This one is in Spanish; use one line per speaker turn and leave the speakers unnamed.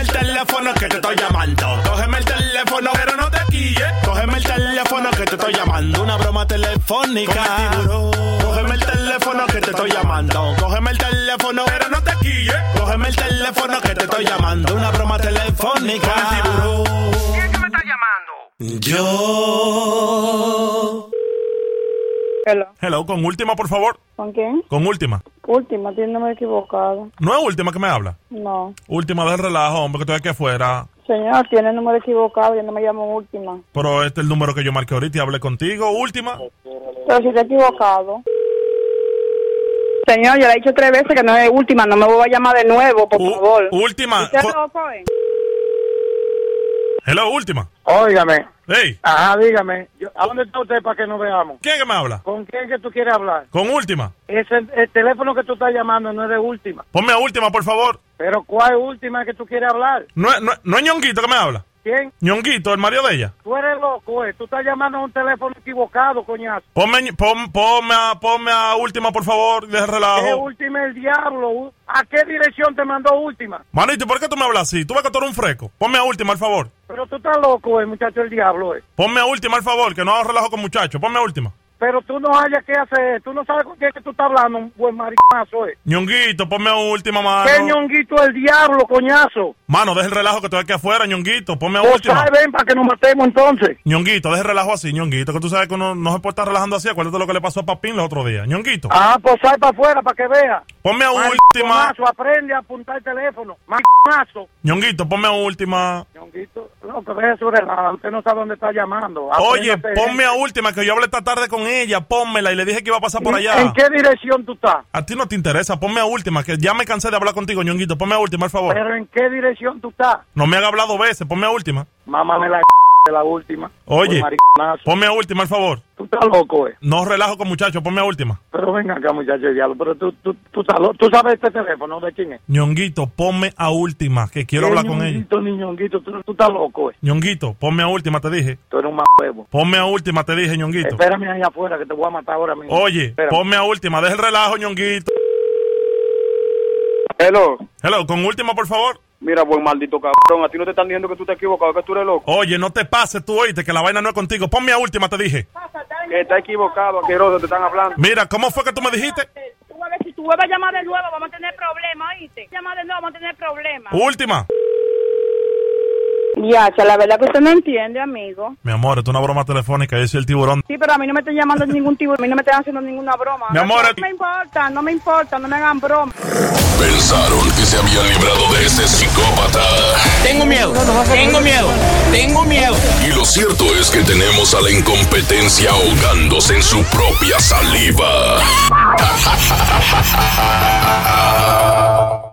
el teléfono que te estoy llamando. Cógeme el teléfono, pero no te quille. Cógeme el teléfono que te estoy llamando. Una broma telefónica. Cógeme el teléfono que te estoy llamando. Cógeme el teléfono, pero no te quille. Cógeme el teléfono que te estoy llamando. Una broma telefónica.
¿Quién es que me está llamando?
Yo.
Hello.
Hello, con última, por favor.
¿Con quién?
Con última.
Última, tiene número equivocado.
No es última que me habla.
No.
Última del relajo, hombre, que estoy aquí afuera.
Señor, tiene el número equivocado, yo no me llamo última.
Pero este es el número que yo marqué ahorita y hablé contigo. Última.
Pero si está equivocado. Señor, yo le he dicho tres veces que no es última, no me voy a llamar de nuevo, por
U-
favor.
última.
¿Usted es
Jo-
loco, eh?
Hello, última.
Óigame.
Hey,
Ajá, dígame. Yo- ¿A dónde está usted para que nos veamos?
¿quién es que me habla?
¿Con quién que tú quieres hablar?
Con última.
Es el, el teléfono que tú estás llamando no es de última.
Ponme a última, por favor.
Pero ¿cuál última es que tú quieres hablar?
No, es- no, es- no es Ñonguito que me habla.
¿Quién?
Ñonguito, el marido de ella.
Tú eres loco, eh. Tú estás llamando a un teléfono equivocado, coñazo.
Ponme, Ñ- pon- ponme, a, ponme a última, por favor, de
¿Qué
relajo.
última el diablo? U- ¿A qué dirección te mandó última?
Manito, ¿y por qué tú me hablas así? Tú vas a tú eres un fresco. Ponme a última, al favor.
Pero tú estás loco, eh, muchacho el diablo, eh.
Ponme a última, al favor, que no hago relajo con muchachos. Ponme a última.
Pero tú no hayas que hacer. Tú no sabes con quién que tú estás hablando, un buen mariconazo, eh.
Ñonguito, ponme a última,
¿Qué
mano.
ñonguito el diablo, coñazo?
Mano, deja el relajo que estoy aquí afuera, Ñonguito. Ponme a
Pues
última.
sabe, ven para que nos matemos entonces.
Ñonguito, deja el relajo así, Ñonguito, que tú sabes que uno no se puede estar relajando así. Acuérdate lo que le pasó a Papín los otros días. Ñonguito,
Ah, pues sal para afuera para que vea.
ponme a última.
Mariconazo, aprende a apuntar el teléfono. Mariconazo.
Ñonguito, ponme a última.
Ñonguito, no, que deje su relajo. Usted no sabe dónde está llamando.
Oye,
Apréndase.
ponme a última, que yo hablé esta tarde con ella. Pónmela y le dije que iba a pasar por allá.
¿En qué dirección tú estás?
A ti no te interesa, ponme a última, que ya me cansé de hablar contigo, Ñonguito. Ponme a última, por favor.
Pero ¿en qué dirección tú estás?
No me haga hablar dos veces, ponme a última.
Mámame la de la última.
Oye.
Pues, mariconazo.
Ponme a última, por favor.
Tú estás loco, eh.
No relajo con muchachos, ponme a última.
Pero venga acá, muchacho el diablo. Pero tú, tú, tú, estás loco. tú sabes este teléfono de quién es. Eh,
Ñonguito, ponme a última, que quiero hablar con ella.
Ñonguito, ni Ñonguito, tú, tú estás loco, eh.
Ñonguito, ponme a última, te dije.
Tú eres un más huevo.
Ponme a última, te dije, Ñonguito.
Espérame ahí afuera que te voy a matar ahora mismo.
Oye,
Espérame.
ponme a última, deja el relajo, ñonguito.
Hello.
Hello, con última, por favor.
Mira, buen maldito cabrón, a ti no te están diciendo que tú te has equivocado, que tú eres loco.
Oye, no te pases tú, oíste, que la vaina no es contigo. Ponme a última, te dije.
Que está equivocado, asqueroso, te están hablando.
Mira, ¿cómo fue que tú me dijiste?
Tú a ver, si tú vuelves a llamar de nuevo, vamos a tener problemas, ¿oíste? Llamar de nuevo, vamos a tener problemas.
Última.
Ya, que la verdad que usted no entiende, amigo.
Mi amor, esto es una broma telefónica, yo soy el tiburón.
Sí, pero a mí no me están llamando ningún tipo, a mí no me están haciendo ninguna broma.
Mi amor,
No me importa, no me importa, no me hagan broma.
Pensaron que se habían librado de ese psicópata.
Tengo miedo, tengo miedo, tengo miedo.
Y lo cierto es que tenemos a la incompetencia ahogándose en su propia saliva.